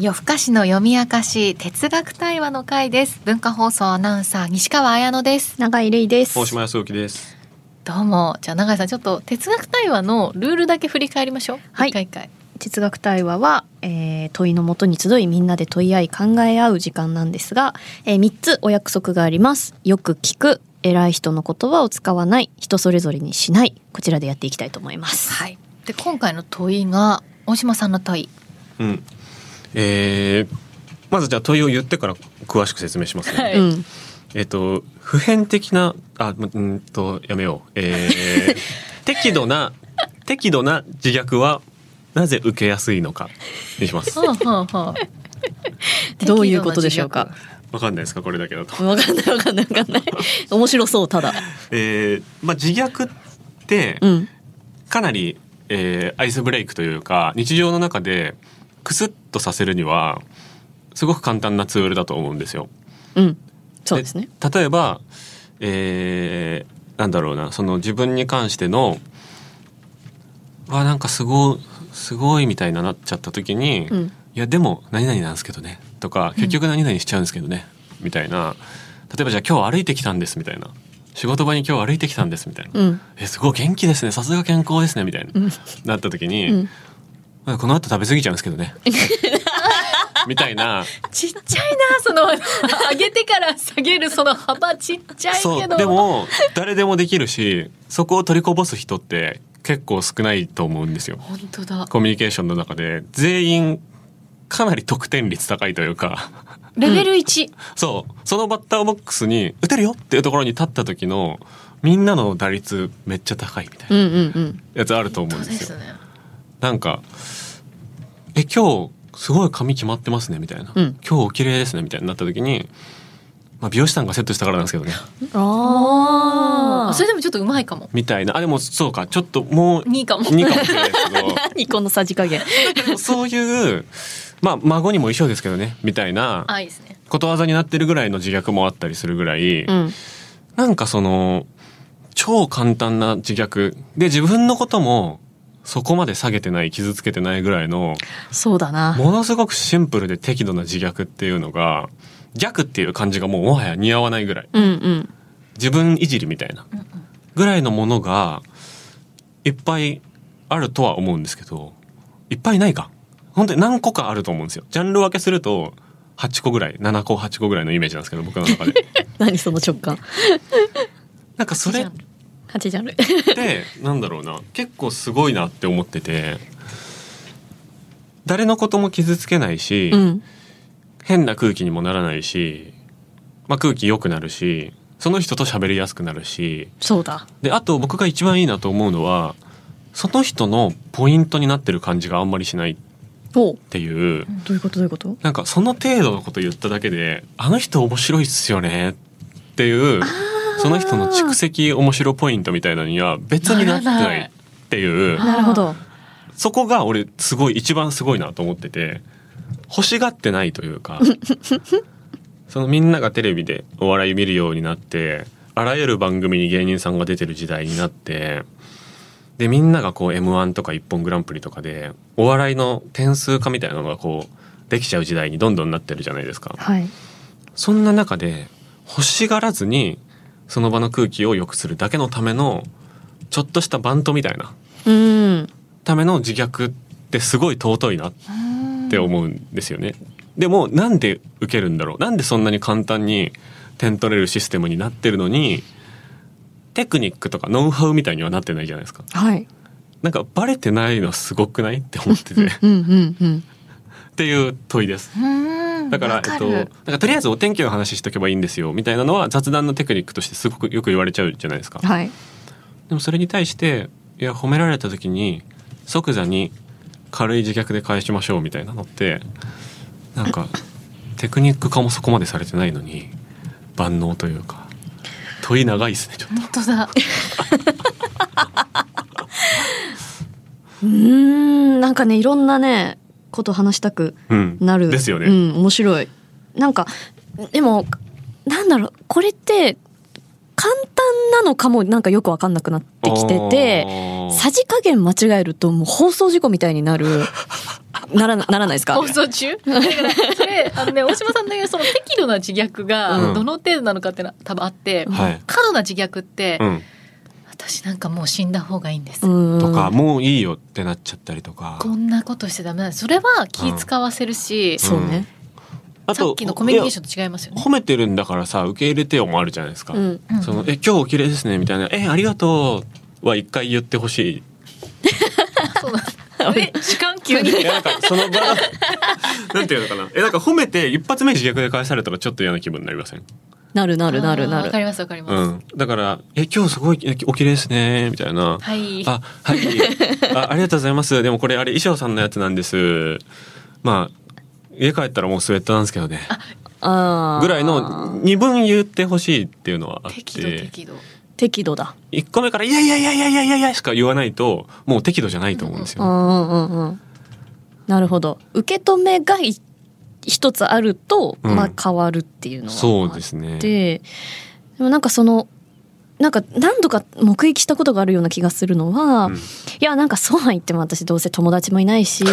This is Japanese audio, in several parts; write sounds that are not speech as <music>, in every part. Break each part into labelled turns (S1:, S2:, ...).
S1: 夜更かしの読み明かし哲学対話の会です文化放送アナウンサー西川彩乃です
S2: 長井玲です
S3: 大島康之です。
S1: どうもじゃあ永井さんちょっと哲学対話のルールだけ振り返りましょう
S2: はい
S1: 一回一回
S2: 哲学対話は、えー問いのもとに集いみんなで問い合い考え合う時間なんですが、え3つお約束がありますよく聞く偉い人の言葉を使わない人それぞれにしないこちらでやっていきたいと思います
S1: はいで今回の問いが大島さんの問い
S3: うん。えーまずじゃあ問いを言ってから詳しく説明
S2: <laughs>
S3: しますね。
S1: はい
S2: うん、
S3: えっと普遍的なあむうんとやめよう。え
S2: <laughs>
S3: ー適度な適度な自虐はなぜ受けやすいのかにします。
S1: はあはあはあ
S2: どういうことでしょうか
S3: わかんないですかこれだけだと。
S2: わかんないわかんないわかんない面白そうただ
S3: えーまあ自虐って
S2: うん
S3: かなり、えーアイスブレイクというか日常の中でクスッとさせるにはすごく簡単なツールだと思うんですよ。
S2: うんそうですね
S3: で例えば、えーなんだろうなその自分に関しての「わなんかすごいすごい」みたいななっちゃった時に「
S2: う
S3: い
S2: ん
S3: やでも何々なんですけどね」とか「結局何々しちゃうんですけどね」みたいな例えばじゃあ今日歩いてきたんですみたいな仕事場に今日歩いてきたんですみたいな「
S2: うん
S3: えすごい元気ですねさすが健康ですね」みたいな、
S2: うん
S3: なった時に、
S2: うん
S3: あこの後食べ過ぎちゃうんですけ
S2: <laughs>
S3: どね」みたいな
S1: ちっちゃいなその上げてから下げるその幅ちっちゃいけど
S3: そうでも誰でもできるしそこを取りこぼす人って結構少ないと思うんですよ
S1: 本当だ
S3: コミュニケーションの中で全員かなり得点率高いというか <laughs>
S1: レベル一、
S3: そうそのバッターボックスに打てるよっていうところに立った時のみんなの打率めっちゃ高いみたい
S2: うん
S3: な
S2: うんうん
S3: やつあると思うん
S1: 本当
S3: ですよ
S1: で、すね
S3: なんか「え今日すごい髪決まってますね」みたいな「
S2: うん
S3: 今日お綺麗ですね」みたいになった時に、まあ、美容師さんがセットしたからなんですけどね
S1: あ
S2: あ
S1: あそれでもちょっとうまいかも
S3: みたいなあでもそうかちょっともう
S1: 2位かも
S3: 2かもしれないですけど
S2: 何このさじ加減
S3: でもそういう、まあ、孫にも衣装ですけどねみたいな
S1: <laughs> あいいですね
S3: ことわざになってるぐらいの自虐もあったりするぐらい、
S2: うん
S3: なんかその超簡単な自虐で自分のこともそこまで下げてない傷つけてないぐらいの
S2: そうだな
S3: ものすごくシンプルで適度な自虐っていうのが逆っていう感じがもうもはや似合わないぐらい
S2: うんうん
S3: 自分いじりみたいな
S1: うんうん
S3: ぐらいのものがいっぱいあるとは思うんですけどいっぱいないか本当に何個かあると思うんですよジャンル分けすると8個ぐらい7個8個ぐらいのイメージなんですけど僕の中
S1: <laughs>
S3: で
S2: 何その直感
S3: なんかそれっ
S2: 八ジャン
S1: <laughs>
S2: ル
S3: てなんだろうな結構すごいなって思ってて誰のことも傷つけないし、
S2: うん
S3: 変な空気にもならないし、まあ、空気良くなるしその人と喋りやすくなるし
S2: そうだ
S3: であと僕が一番いいなと思うのはその人のポイントになってる感じがあんまりしないっ
S2: お
S3: ていう
S2: どういうことどういうこと
S3: なんかその程度のこと言っただけであの人面白いっすよねっていうその人の蓄積面白ポイントみたいなのには別になって
S1: ならな
S3: ない
S1: い
S3: ってい
S1: あ
S3: う
S1: ー
S2: なるほど
S3: そこが俺すごい一番すごいなと思ってて欲しがってないとい
S2: <laughs>
S3: うかそのみんながテレビでお笑い見るようになってあらゆる番組に芸人さんが出てる時代になってでみんながこう m 1とか「一本グランプリ」とかでお笑いの点数化みたいなのがこうできちゃう時代にどんどんなってるじゃないですか。
S2: はい
S3: そんな中で欲しがらずにその場の空気を良くするだけのためのちょっとしたバントみたいな
S2: うん
S3: ための自虐ってすごい尊いなっ
S1: うん
S3: て思うんですよね。でもなんで受けるんだろうなんでそんなに簡単に点取れるシステムになってるのにテクニックとかノウハウみたいにはなってないじゃないですか。
S2: はい
S3: なんかバレてないのすごくないって思って
S1: <laughs>
S3: てっ
S2: うんうんうん
S3: ていう問いです。
S1: うん
S3: だから
S1: わ
S3: えっ
S1: る
S3: となんかとりあえずお天気の話しとけばいいんですよみたいなのは雑談のテクニックとしてすごくよく言われちゃうじゃないですか。
S2: はい
S3: でもそれに対していや褒められた時に即座に軽い自虐で返しましょうみたいなのってなんかテクニック化もそこまでされてないのに万能というか問い長いですねちょっ
S1: 本当だ
S2: うーんなんかねいろんなねこと話したく
S3: と。うん、
S2: なる
S3: ですよね。
S2: うん面白いなんかでもなんだろうこれって簡単なのかもなんかよくわかんなくなってきてて
S3: あー
S2: さじ加減間違えるともう放送事故みたいになるならなならないです
S3: <laughs>
S2: か
S4: <laughs> 放送中だからそれあのね大島さんの言うその適度な自虐
S3: う
S4: が
S3: ん
S4: どの程度なのかっていうのは多分あって、
S3: はい
S4: 過度な自虐って、
S3: うん、
S4: 私なんかもう死んだ方がいいんです、
S2: うん
S3: とかもういいよってなっちゃったりとか
S4: こんなことしてダメだそれは気使わせるし、
S2: そうね、
S3: あ
S4: さっ
S3: と
S4: きのコミュニケーションと違いますよ
S3: いや
S4: ね。
S3: 褒めてるんだからさ受け入れてよもあるじゃないですか、
S2: うん、
S4: うん
S3: そのえ今日お綺麗ですねみたいなえありがとうは一回言ってほし
S4: そうなんですえ、時間急に
S3: い。いやなんかその場 <laughs> なんていうのかなえなんか褒めて一発目自虐で返されたらちょっと嫌な気分になりません
S2: なるなるなる
S4: あ
S2: な
S4: ーわ
S2: る
S4: かりますわかります。
S3: うん、だから「え今日すごいえお綺麗ですね」みたいな「
S4: はい。
S3: あはいあありがとうございますでもこれあれ衣装さんのやつなんですまあ家帰ったらもうスウェットなんですけどね
S2: あ」ー
S3: ぐらいの二分言ってほしいっていうのはあっ
S4: 適度
S3: て
S4: 適度。
S2: 適度だ
S3: 一個目から「いやいやいやいやいやいやいや」しか言わないともう適度じゃないと思うんです
S2: う
S3: よ。
S2: んうんうんうんなるほど受け止めがい一つあると、
S3: うん
S2: まあ変わるっていうのは
S3: そうですすね
S2: ででもなんかそのなんか何度か目撃したことがあるような気がするのは、
S3: うん
S2: いやなんかそうは言っても私どうせ友達もいない
S3: <laughs>
S2: し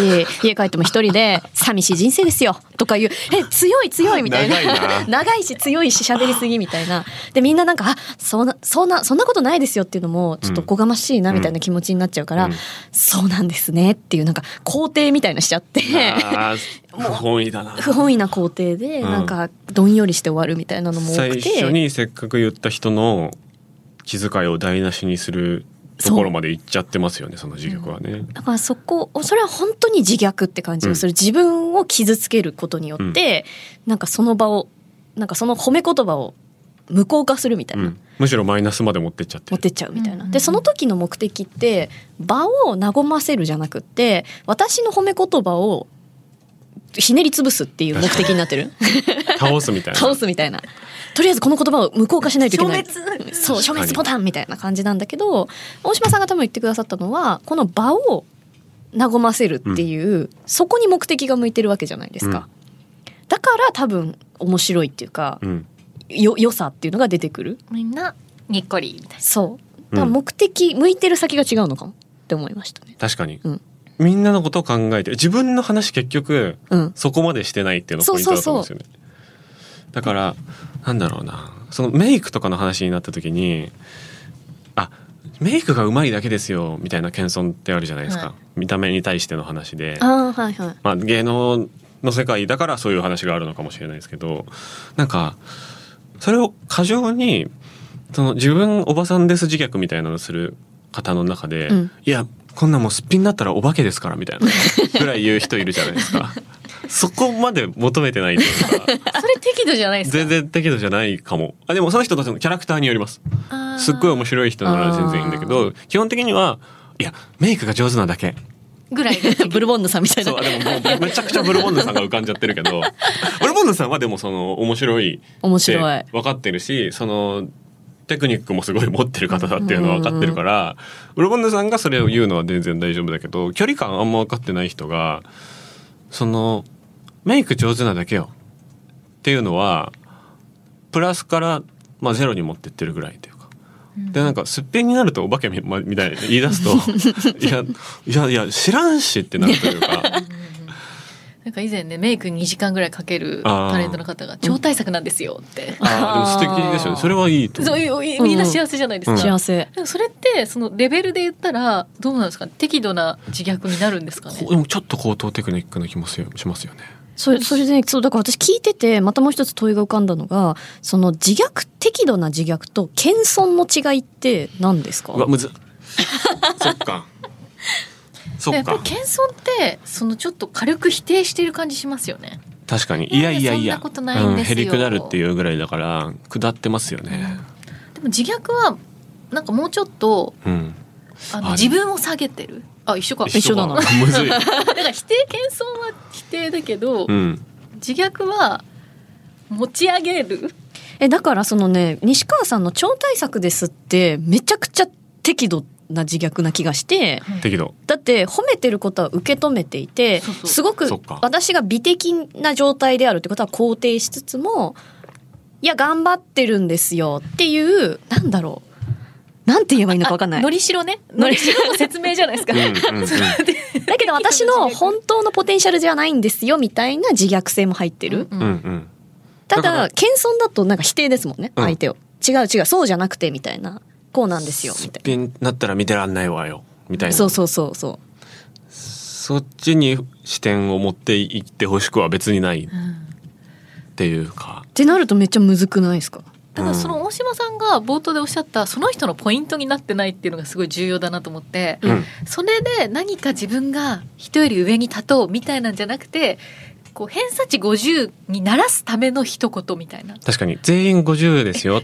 S2: 家帰っても一人で寂しい人生ですよとかいうえ強い強いみたいな
S3: 長いな
S2: <laughs> 長いし強いし喋りすぎみたいなでみんななんかあそんなそんなそんなことないですよっていうのもちょっとおこがましいなみたいな気持ちになっちゃうから、
S3: うん
S2: そうなんですねっていうなんか肯定みたいなしちゃって。
S3: あー不本意だな
S2: 不本意な肯定で、
S3: うん
S2: なんかどんよりして終わるみたいなのも多く
S3: 最
S2: て
S3: 初にせっかく言った人の気遣いを台無しにするところまで行っちゃってますよねその自虐はね。
S2: だからそこそれは本当に自虐って感じがする、自分を傷つけることによって、なんかその場をなんかその褒め言葉を無効化するみたいうな、
S3: ん、むしろマイナスまで持ってっちゃって
S2: <laughs> 持っ
S3: る。
S2: てっちゃうみたいな、
S4: うんうん
S2: でその時の目的って場を和ませるじゃなくって私の褒め言葉をひねり潰すっていう目的になってる
S3: 倒すみたいな。
S2: 倒すみたいなとりあえずこの言葉を無効化しないといけない
S4: 消滅
S2: そう
S3: 確か
S2: 消
S3: に
S2: 滅ボタンみたいな感じなんだけど大島さんが多分言ってくださったのはこの場を和ませるっていう、そこに目的が向いてるわけじゃないですか、だから多分面白いっていうか、
S3: うん。
S2: よ良さっていうのが出てくる
S4: みんなにっこりみたい
S2: そうだから目的、向いてる先が違うのかもって思いましたね
S3: 確かに、
S2: うん
S3: みんなのことを考えて自分の話結局
S2: うん
S3: そこまでしてないっていうのがポイントだと思うんですよね。だからなんだろうなそのメイクとかの話になった時にあメイクがうまいだけですよみたいな謙遜ってあるじゃないですか、
S4: は
S3: 見た目に対しての話で。
S2: ああはいはい
S3: まあ、芸能の世界だからそういう話があるのかもしれないですけどなんかそれを過剰にその自分おばさんです自虐みたいなのをする方の中で、
S2: うん
S3: いやこんなもうすっぴんだったらお化けですからみたいなぐらい言う人いるじゃないですか。そこまで求めてないというか
S4: な。それ適度じゃないですか。
S3: 全然適度じゃないかもあでもその人たちのキャラクターによります
S4: あー
S3: すっごい面白い人なら全然いいんだけど基本的にはいやメイクが上手なだけ
S4: ぐらい
S3: <laughs>
S4: が
S2: ブルボンヌさんみたいな
S3: そう、でももうめちゃくちゃブルボンヌさんが浮かんじゃってるけど、ブルボンヌさんはでもその面白いっ
S2: 面
S3: て
S2: 白い
S3: 分かってるし、そのテクニックもすごい持ってる方だっていうのは分かってるから、ブルボンヌさんがそれを言うのは全然大丈夫だけど、距離感あんま分かってない人が、そのメイク上手なだけよっていうのは、プラスから、まあ、ゼロに持ってってるぐらいというか。でなんかすっぺんになるとお化けみ,、ま、みたいに言い出すといやいやいや知らんしってなるというか
S4: なんか以前ねメイク2時間ぐらいかけるタレントの方が超大作なんですよって。
S3: あーでも素敵ですよ
S2: あ
S3: ね。
S2: ー
S3: それはいいと思
S4: そう
S3: う。
S4: いういみんな幸せじゃないですか。
S3: うん
S2: 幸せ
S4: でもそれってそのレベルで言ったらどうなんですか適度な自虐になるんですかね
S3: こうでもちょっと高等テクニックな気もするしますよね。
S2: それそれでねそうだから私聞いててまたもう一つ問いが浮かんだのがその自虐適度な自虐と謙遜の違いって何ですか
S3: うわむずっ。 <laughs> そっか。そ
S4: や
S3: っ
S4: っぱり
S3: か。
S4: 謙遜ってそのちょっと軽く否定している感じしますよね
S3: 確かにいやいやいや。
S4: そんなことないんですよ
S3: へりくだるっていうぐらいだから下ってますよね。
S4: でも自虐はなんかもうちょっと
S3: うん。
S4: あの
S3: あ
S4: 自分を下げてるあ一緒か
S2: 緒だな
S3: かむずい。
S4: だから否定謙遜は <laughs> 否定だけど、
S3: <laughs> うん。
S4: 自虐は持ち上げる
S2: えだからそのね西川さんの超大作ですってめちゃくちゃ適度な自虐な気がして
S3: 適度。
S2: だって褒めてることは受け止めていて
S4: そうそう
S2: すごく
S3: そっか
S2: 私が美的な状態であるってことは肯定しつつもいや頑張ってるんですよっていうなんだろうなんて言えばいいのかわかんない
S4: の。りしろね。のりしろの説明じゃないですか。
S3: うんうんうん
S4: そうだって
S2: だ <laughs> けど私の本当のポテンシャルじゃないんですよみたいな自虐性も入ってる。
S3: うんうん
S2: た
S3: だか
S2: だ
S3: ら
S2: 謙遜だとなんか否定ですもんね、
S3: うん
S2: 相手を。違う違うそうじゃなくてみたいなこうなんですよ
S3: す
S2: み
S3: った
S2: い
S3: ぴんなったら見てらんないわよみたい
S2: な。
S3: な
S2: そうそうそうそう。
S3: そっちに視点を持っていってほしくは別にないっていうか
S2: ってなるとめっちゃむずくないですか。
S4: ただその大島さんが冒頭でおっしゃったその人のポイントになってないっていうのがすごい重要だなと思って、
S3: うん
S4: それで何か自分が人より上に立とうみたいなんじゃなくてこう偏差値50にならすための一言みたいな
S3: 確かに全員50ですよ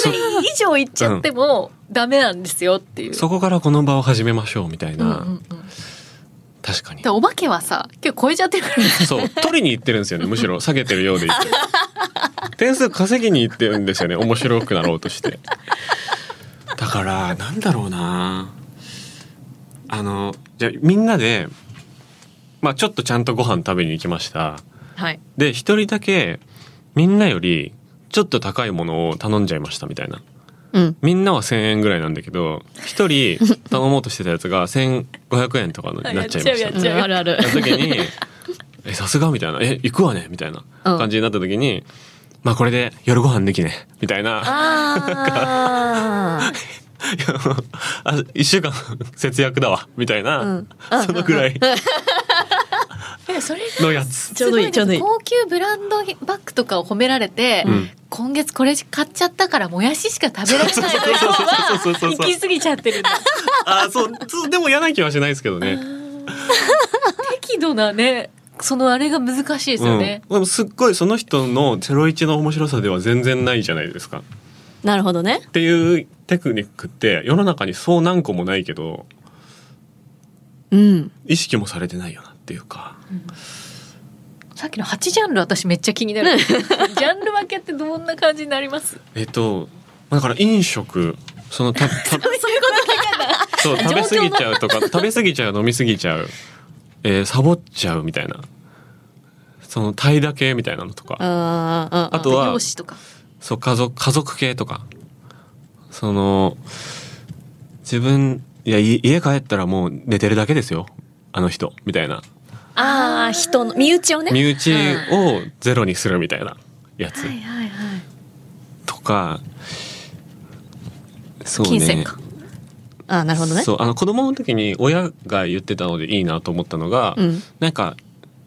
S4: それ以上言っちゃってもダメなんですよっていう。
S3: そこからこの場を始めましょうみたい
S4: うんうん
S3: な、
S4: うん、だか
S3: 確かに
S4: らお化けはさ結構超えちゃってるから
S3: そう取りに行ってるんですよねむしろ下げてるようで言って点数稼ぎに行ってるんですよね面白くなろうとしてだからなんだろうなあのじゃあみんなでまあちょっとちゃんとご飯食べに行きました
S2: はい。
S3: で一人だけみんなよりちょっと高いものを頼んじゃいましたみたいな
S2: うん。
S3: みんなは1,000円ぐらいなんだけど一人頼もうとしてたやつが1,500円とかになっちゃいました
S4: やっちゃうやっちゃう
S2: うんあるある
S3: な。った時に「えさすが」みたいな「え行くわね」みたいな
S2: うん
S3: 感じになった時に「まあこれで夜ご飯できね」みたいな
S2: あ
S3: 「いやもう <laughs> あ1週間 <laughs> 節約だわ」みたいな、
S2: うん
S3: そのぐらい
S4: でそれが
S3: のやつ。
S2: ちょうどいい
S4: すご
S2: ちょうどい
S4: ね
S2: い
S4: 高級ブランドバッグとかを褒められて、
S3: うん
S4: 今月これ買っちゃったからもやししか食べられないのよ
S3: そうそうそうそうそうそう
S4: は行き過ぎちゃってるんだ
S3: あそうそうでも嫌な気はしないですけどね。
S4: 適度なねそのあれが難しいですよね、
S3: うん、でもすっごいその人のゼロ一の面白さでは全然ないじゃないですか。
S2: ーなるほどね。
S3: っていうテクニックって世の中にそう何個もないけど
S2: うん。
S3: 意識もされてないよなっていうか。
S4: さっきの8ジャンル私めっちゃ気になるジャンル分けってどんな感じになります
S3: えっとまあだから飲食
S4: <laughs>
S3: そのたた
S4: そういうこと聞かない
S3: そう食べ過ぎちゃうとか食べ過ぎちゃう飲み過ぎちゃう、えーサボっちゃうみたいなその怠惰系みたいなのとか
S2: あーあー。
S3: あとは
S4: 容姿とか
S3: そう家族家族系とかその自分いやい家帰ったらもう寝てるだけですよあの人みたいな
S2: ああ人の身内をね。
S3: 身内をゼロにするみたいなやつ
S4: はいはいはい
S3: とか、そう
S4: 金銭か
S2: ああなるほどね。
S3: そうあの子供の時に親が言ってたのでいいなと思ったのが、
S2: うん
S3: なんか、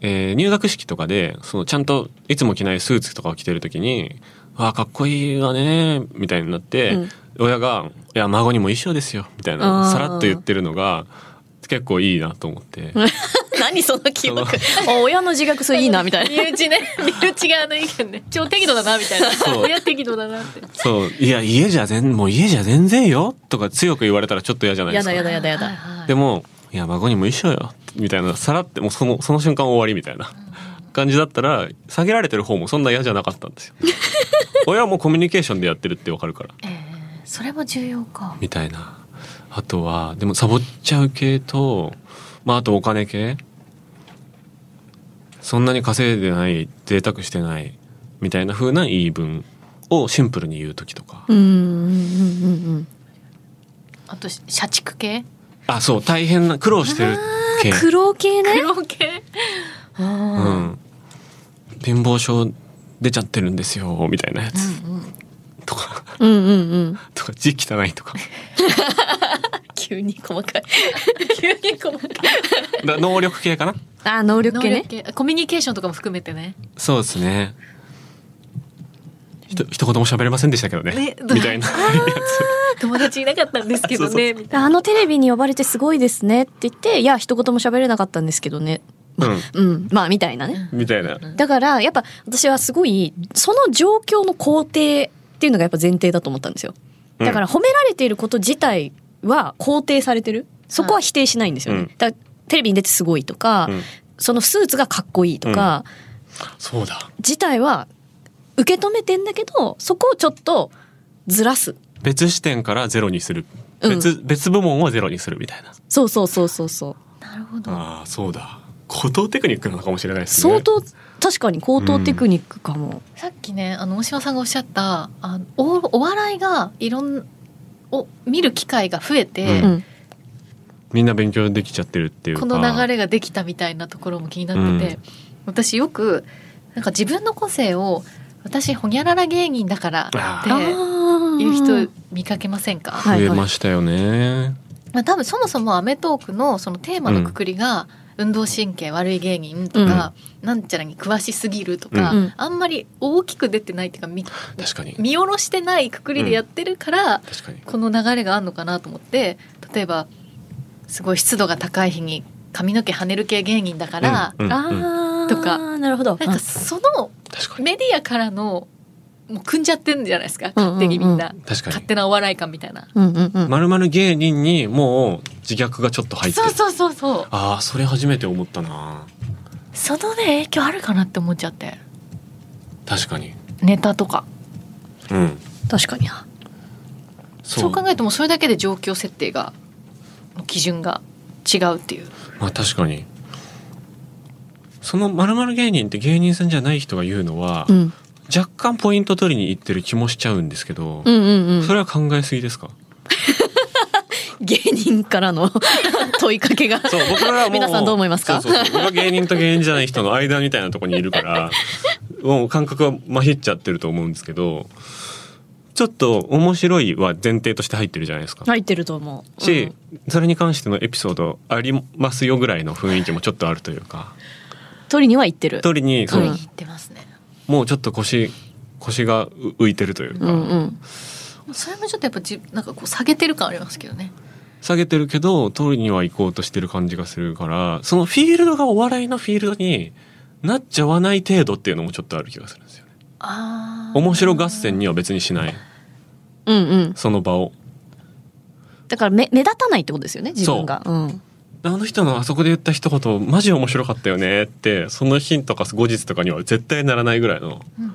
S3: えー入学式とかでそのちゃんといつも着ないスーツとかを着てる時に「わあかっこいいわね」みたいになって、
S2: うん
S3: 親が「いや孫にも衣装ですよ」みたい
S2: あ
S3: な
S2: ー
S3: さらっと言ってるのが結構いいなと
S2: <laughs>
S3: 思って。
S2: 何その記憶。あ親の自虐それいいなみたいな。
S4: 身内ね身内があの意見ね超適度だなみたいな
S3: そう
S4: 親適度だなって
S3: そういや家じゃ全もう家じゃ全然よとか強く言われたらちょっと嫌じゃないで
S2: や
S3: すか
S2: だやだやだやだ。
S3: でも「いや孫にも一緒よ」みたいなさらってもうそのその瞬間終わりみたいな感じだったら下げられてる方もそんな嫌じゃなかったんですよ。親はもうコミュニケーションでやってるってわかるから
S4: えーそれも重要か
S3: みたいなあとはでもサボっちゃう系とまああとお金系そんなに稼いでない贅沢してないみたいな風な言い分をシンプルに言う時とか、
S2: <laughs> うんうんうんうんうん。
S4: あとし社畜系
S3: あそう大変な苦労してる系
S2: 苦労系ね。
S4: 黒系
S3: う
S2: あ
S3: ん、貧乏症出ちゃってるんですよみたいなやつ、とか <laughs>
S2: ーうんうんうん。
S3: とか字汚いとか
S2: 急に細かい。
S4: <laughs> 急に細かい
S3: だ能力系かな
S2: あー能力
S4: 能
S2: 系ね
S4: 力。系コミュニケーションとかも含めてね
S3: そうですねひと一言も喋れませんでしたけどね
S4: ねどう
S3: みたいなや
S4: <laughs> 友達いなかったんですけどねみたい
S2: あのテレビに呼ばれてすごいですねって言って、いや、一言も喋れなかったんですけどね。
S3: つ、
S2: うん、まあ、みたいなね。
S3: うん、みたいな
S2: だから、やっぱ私はすごい、その状況の肯定っていうのがやっぱ前提だと思ったんですよ。だから褒められていること自体は肯定されてる。そこは否定しないんですよね。
S3: うん
S2: だからテレビに出てすごいとか、
S3: うん
S2: そのスーツがかっこいいとか、
S3: そうだ
S2: 自体は受け止めてんだけど、そこをちょっとずらす。
S3: 別視点からゼロにする
S2: うん
S3: 別,、別部門をゼロにするみたいな
S2: そうそうそうそうそう。
S4: ななるほど
S3: ああそうだ高等テクニックなのかもしれないですね
S2: 相当、確かに高等テクニックかも。
S4: さっきねあの大島さんがおっしゃったあのおお笑いがいろんを見る機会が増えて、
S3: うん
S2: うん
S3: みんな勉強できちゃってるっていう
S4: こ
S3: か
S4: の流れができたみたいなところも気になってて、
S3: う
S4: 私よくなんか自分の個性を私ほにゃらら芸人だから
S3: あ
S4: で
S2: あー
S4: 言う人見かけませんか、
S2: はいはい
S3: 増えましたよね、
S4: まあ、多分そもそも『アメトーーク』のそのテーマのくくりが運動神経悪い芸人とか、なんちゃらに詳しすぎるとか、
S2: うん
S4: あんまり大きく出てないっていうか見
S3: 確かに
S4: 見下ろしてないくくりでやってるから、
S3: 確かに
S4: この流れがあるのかなと思って例えばすごい湿度が高い日に髪の毛跳ねる系芸人だから、
S3: うんうんうん
S2: あー
S4: とか
S2: なるほど
S4: なんかその
S3: 確かに
S4: メディアからのもう組んじゃってるんじゃないですか勝手にみんな、
S3: 確か
S4: 勝
S3: に
S4: 手なお笑い感みたいな。
S2: うんうんうん
S3: まるまる芸人にもう自虐がちょっと入って
S4: そう
S3: る
S4: そうそうそう
S3: ああそれ初めて思ったな
S4: そのね影響あるかなって思っちゃって
S3: 確かに
S4: ネタとか
S3: うん
S2: 確かにな
S4: そう
S3: そう
S4: 考えてもそれだけで状況設定が基準が違うっていう
S3: まあ確かにそのまるまる芸人って芸人さんじゃない人が言うのは、
S2: うん
S3: 若干ポイント取りに行ってる気もしちゃうんですけど、
S2: うんうんうん
S3: それは考えすぎですか
S2: 芸人から
S3: <laughs>
S2: の問いかけが
S3: そう僕らはもう
S2: 皆さんどう思いますか
S3: そうそうそう僕は芸人と芸人じゃない人の間みたいなところにいるから
S2: <laughs>
S3: もう感覚はまひっちゃってると思うんですけどちょっと面白いは前提として入ってるじゃないですか。
S2: 入ってると思う
S3: し、それに関してのエピソードありますよぐらいの雰囲気もちょっとあるというか
S2: 取りには行ってる
S3: 一人にそ
S4: 取
S3: の、
S4: りに行ってますね、
S3: もうちょっと腰腰が浮いてるという
S2: う
S3: か、
S2: んうん
S4: それもちょっとやっぱじなんかこう下げてる感ありますけどね
S3: 下げてるけど取りには行こうとしてる感じがするからそのフィールドがお笑いのフィールドになっちゃわない程度っていうのもちょっとある気がするんですよね。
S4: あー
S3: 面白合戦には別にしない
S2: うんうん
S3: その場を
S2: だから目目立たないってことですよね自分がうん
S3: あの人のあそこで言った一言マジ面白かったよねってその日とか後日とかには絶対ならないぐらいの
S4: うんうん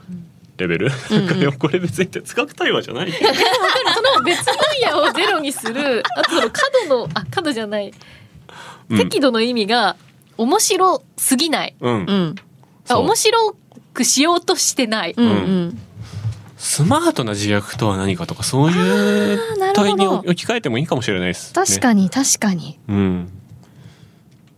S3: レベル、
S2: うんうん
S3: なんかでも <laughs> これ別に哲学対話じゃない
S4: その別分野をゼロにするあとその角のあ角じゃない、
S3: うん
S4: 適度の意味が面白すぎない
S3: うん
S2: う、ん
S3: そ
S4: あ
S3: う
S4: 面白くしようとしてない、
S2: うんう
S3: うんスマートな自虐とは何かとかそうい
S2: あ
S3: う
S2: ーなるほど
S3: 問いに置き換えてもいいかもしれないです、ね、
S2: 確かに確かに
S3: に、うん、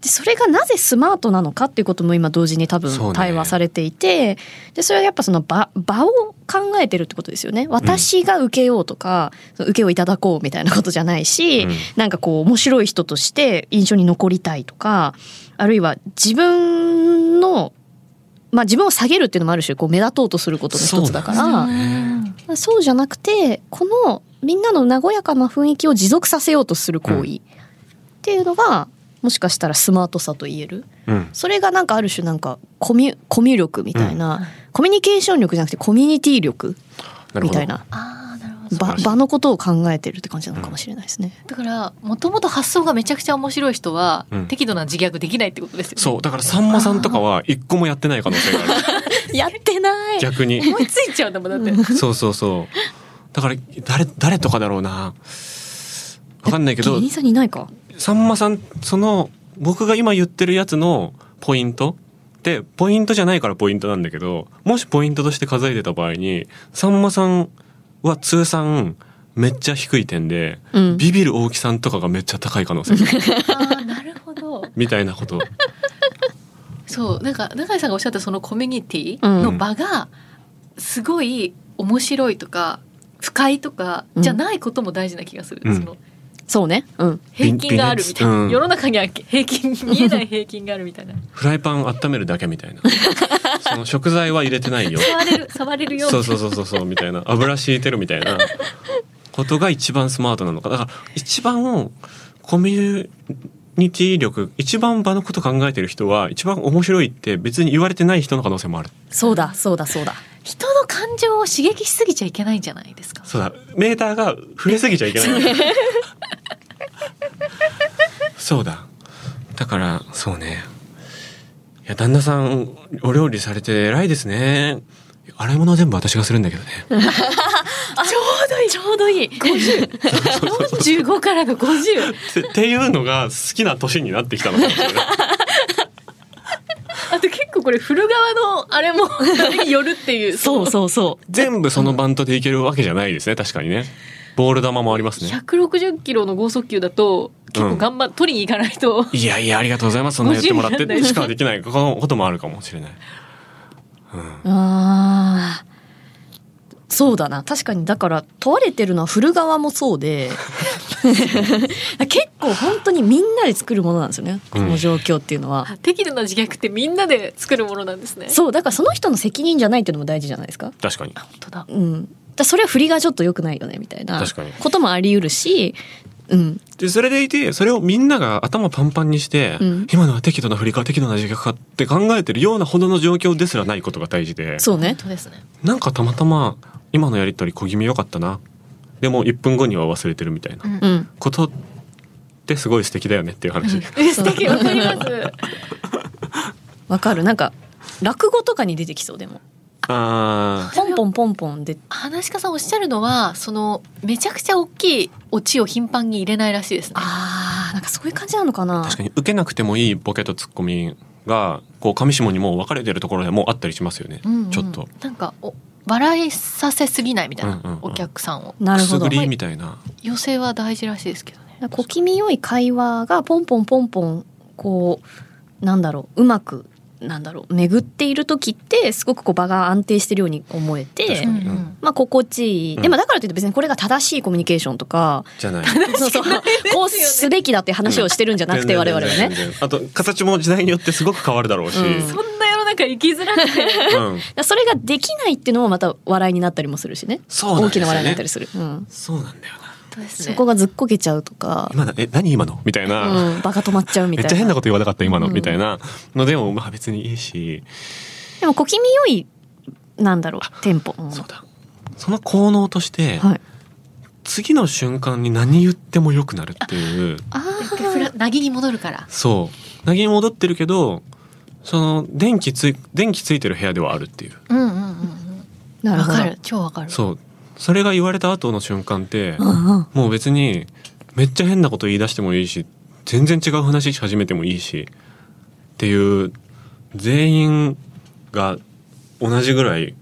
S2: でそれがなぜスマートなのかっていうことも今同時に多
S3: そう
S2: 分
S3: ね
S2: 対話されていてでそれはやっぱその場場を考えてるってことですよね私が受けようとか、その受けをいただこうみたいなことじゃないし、
S3: うん
S2: なんかこう面白い人として印象に残りたいとかあるいは自分のまあ自分を下げるっていうのもあるしこう目立とうとすることの一つだから
S3: そう
S2: そう,、
S3: ね
S2: じゃなくてこのみんなの和やかな雰囲気を持続させようとする行為、
S3: うん
S2: っていうのがもしかしたらスマートさと言える
S3: うん
S2: それがなんかある種なんかコミュコミュ力みたいな、コミュニケーション力じゃなくてコミュニティ力
S3: な
S2: み
S3: るほど
S2: たいな
S4: あーなるほど
S3: 素晴
S2: 場
S3: らしい
S2: 場のことを考えてるって感じなのかもしれないですね。
S4: だからもともと発想がめちゃくちゃ面白い人は、
S3: うん
S4: 適度な自虐できないってことですよね
S3: そうだからさんまさんとかは一個もやってない可能性がある
S2: やってない
S3: 逆に
S4: 思いついちゃうんだもんだって
S3: そうそうそう。だから誰誰とかだろうな。わかんないけど
S2: 芸、人さんにいないか。
S3: さんまさんその僕が今言ってるやつのポイントってポイントじゃないからポイントなんだけど、もしポイントとして数えてた場合に、さんまさんは通算めっちゃ低い点で、
S2: うん。
S3: ビビる大木さんとかがめっちゃ高い可能性がある
S4: あーなるほど
S3: みたいなこと。
S4: そうなんか永井さんがおっしゃったそのコミュニティ
S2: うん
S4: の場がすごい面白いとか不快とかじゃないことも大事な気がする、
S3: うん
S4: その
S2: そうね。うん。
S4: 平均があるみたいな、
S3: うん
S4: 世の中には平
S3: <laughs>
S4: 均見えない平均があるみたいな
S3: フライパン温めるだけみたいな。その食材は入れてないよ。
S4: 触れる触れるよう
S3: そうそうそうそうそうみたいな油敷いてるみたいなことが一番スマートなのかだから一番コミュニティ力一番場のこと考えてる人は一番面白いって別に言われてない人の可能性もある
S2: そうだ、そうだ、そうだ。
S4: 人の感情を刺激しすぎちゃいけないんじゃないですか
S3: そうだメーターが触れすぎちゃいけないそうだだからそうねいや旦那さんお料理されて偉いですね洗い物は全部私がするんだけどね
S4: ちょうどいいちょうど <laughs> いい50 45からの50
S3: ってっていうのが好きな年になってきたのかもしれない
S4: あと結構これ振る側のあれ <laughs> もそれによるっていう
S2: そうそうそ
S3: 全部そのバントでいけるわけじゃないですね確かにねボール球もありますね
S4: 160キロの剛速球だと結構頑張っ、取りに行かないと
S3: いやいやありがとうございますそんな言ってもらっ
S4: 50なん
S3: て
S4: で
S3: しかできないこともあるかもしれない、うん、
S2: あーそうだな確かにだから問われてるのは振る側もそう
S3: <laughs>
S2: で結構本当にみんなで作るものなんですよねこの状況っていうのは、
S4: あ適度な自虐ってみんなで作るものなんですね
S2: そうだからその人の責任じゃないっていうのも大事じゃないですか
S3: 確かに
S4: あ本当だ
S2: うんだからそれは振りがちょっと良くないよねみたいな
S3: 確かに
S2: こともあり得るしうん
S3: でそれでいてそれをみんなが頭パンパンにして、
S2: うん
S3: 今のは適度な振りか適度な自覚かって考えてるようなほどの状況ですらないことが大事で
S2: そうね
S4: 本当ですね
S3: なんかたまたま今のやり取り小気味良かったなでも1分後には忘れてるみたいな
S2: う
S4: うん
S2: ん
S3: ことってすごい素敵だよねっていう話、
S4: え素敵わかります
S2: わかるなんか落語とかに出てきそうでも
S3: あ
S2: ポンポンポンポンで
S4: <laughs> 話し家さんおっしゃるのはそのめちゃくちゃ大きいオチを頻繁に入れないらしいですね
S2: あーなんかそういう感じなのかな
S3: ー確かに受けなくてもいいボケとツッコミがこう上下にもう分かれてるところでもうあったりしますよね、
S4: うんうん
S3: ちょっと
S4: なんかお笑いさせすぎないみたいな、
S3: うんうんうん
S4: お客さんを
S2: な
S3: く
S2: る
S3: す
S2: ほど
S3: ぐりみたいな
S4: 寄せは大事らしいですけどね
S2: 小気味良い会話がポンポンポンポンこうなんだろううまくなんだろう巡っている時ってすごくこう場が安定してるように思えて
S3: 確かに
S4: うん
S2: まあ心地いい、
S3: うん
S2: でもだからといって別にこれが正しいコミュニケーションとか、
S3: じゃない
S2: そうそう <laughs> こうすべきだって話をしてるんじゃなくて我々は
S3: 全
S2: ね
S3: 然。全然あと形も時代によってすごく変わるだろうし、
S2: う
S3: うんん
S4: そんな世の中生きづらくて
S2: だからそれができないっていうのもまた笑いになったりもするしね
S3: そう
S2: 大
S3: なんです
S2: き
S3: よ
S2: な
S3: ね
S2: 笑いになったりする、うん、
S3: そうなんだよな
S4: そうです
S2: そ
S4: ね
S2: こがずっこけちゃうとか、
S3: 今だえ何今のみたいな、
S2: うん、場が止まっちゃうみたい
S3: めっ
S2: な
S3: ちゃ変なこと言わなかった今の、
S2: うん
S3: みたいなのでもまあ別にいいし、
S2: でも小気味良いなんだろうテンポ、うん
S3: そうだその効能として、
S2: はい
S3: 次の瞬間に何言っても良くなるっていう
S2: あ
S4: 一回フラなぎに戻るから
S3: そう投げに戻ってるけどその電気つい電気ついてる部屋ではあるっていう
S4: うんうんうんうん
S2: なる
S4: わ
S2: ほど
S4: かる超わかる
S3: そうそれが言われた後の瞬間って、
S2: うんうん
S3: もう別にめっちゃ変なこと言い出してもいいし全然違う話し始めてもいいしっていう全員が同じぐらい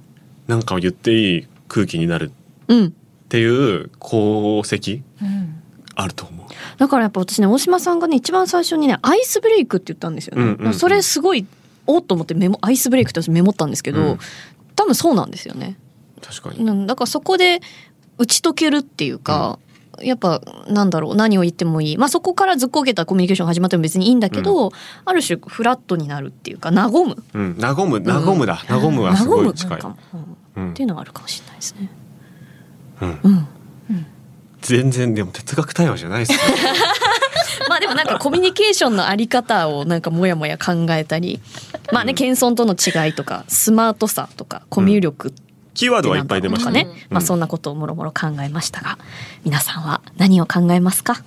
S3: なんかを言っていい空気になる
S2: うん
S3: っていう功績
S4: うん
S3: あると思う。
S2: だからやっぱ私ね大島さんがね一番最初にねアイスブレイクって言ったんですよね、
S3: うんうんうん
S2: だからそれすごいおっと思ってメモアイスブレイクって私メモったんですけど、
S3: うん
S2: 多分そうなんですよね
S3: 確かに。
S2: うんだからそこで打ち解けるっていうか、やっぱなんだろう何を言ってもいい、まあ、そこからずっこけたコミュニケーションが始まっても別にいいんだけど、ある種フラットになるっていうか和む
S3: うん、和む、和むだ、和むはすごい近い
S2: 和。むなんかも、
S3: う
S2: うん
S3: ん
S2: ってい、うのはあるかもしれないですね。
S3: うん
S2: うん
S3: 全然でも哲学対話じゃないですね。
S2: まあでもなんかコミュニケーションのあり方をなんかもやもや考えたりまあね
S3: うん
S2: 謙遜との違いとかスマートさとかコミュ力って
S3: キーワードはいっぱい出
S2: な
S3: ま
S2: ん
S3: し
S2: か
S3: た
S2: ね
S3: ね。
S2: まあそんなことをもろもろ考えましたが皆さんは何を考えますか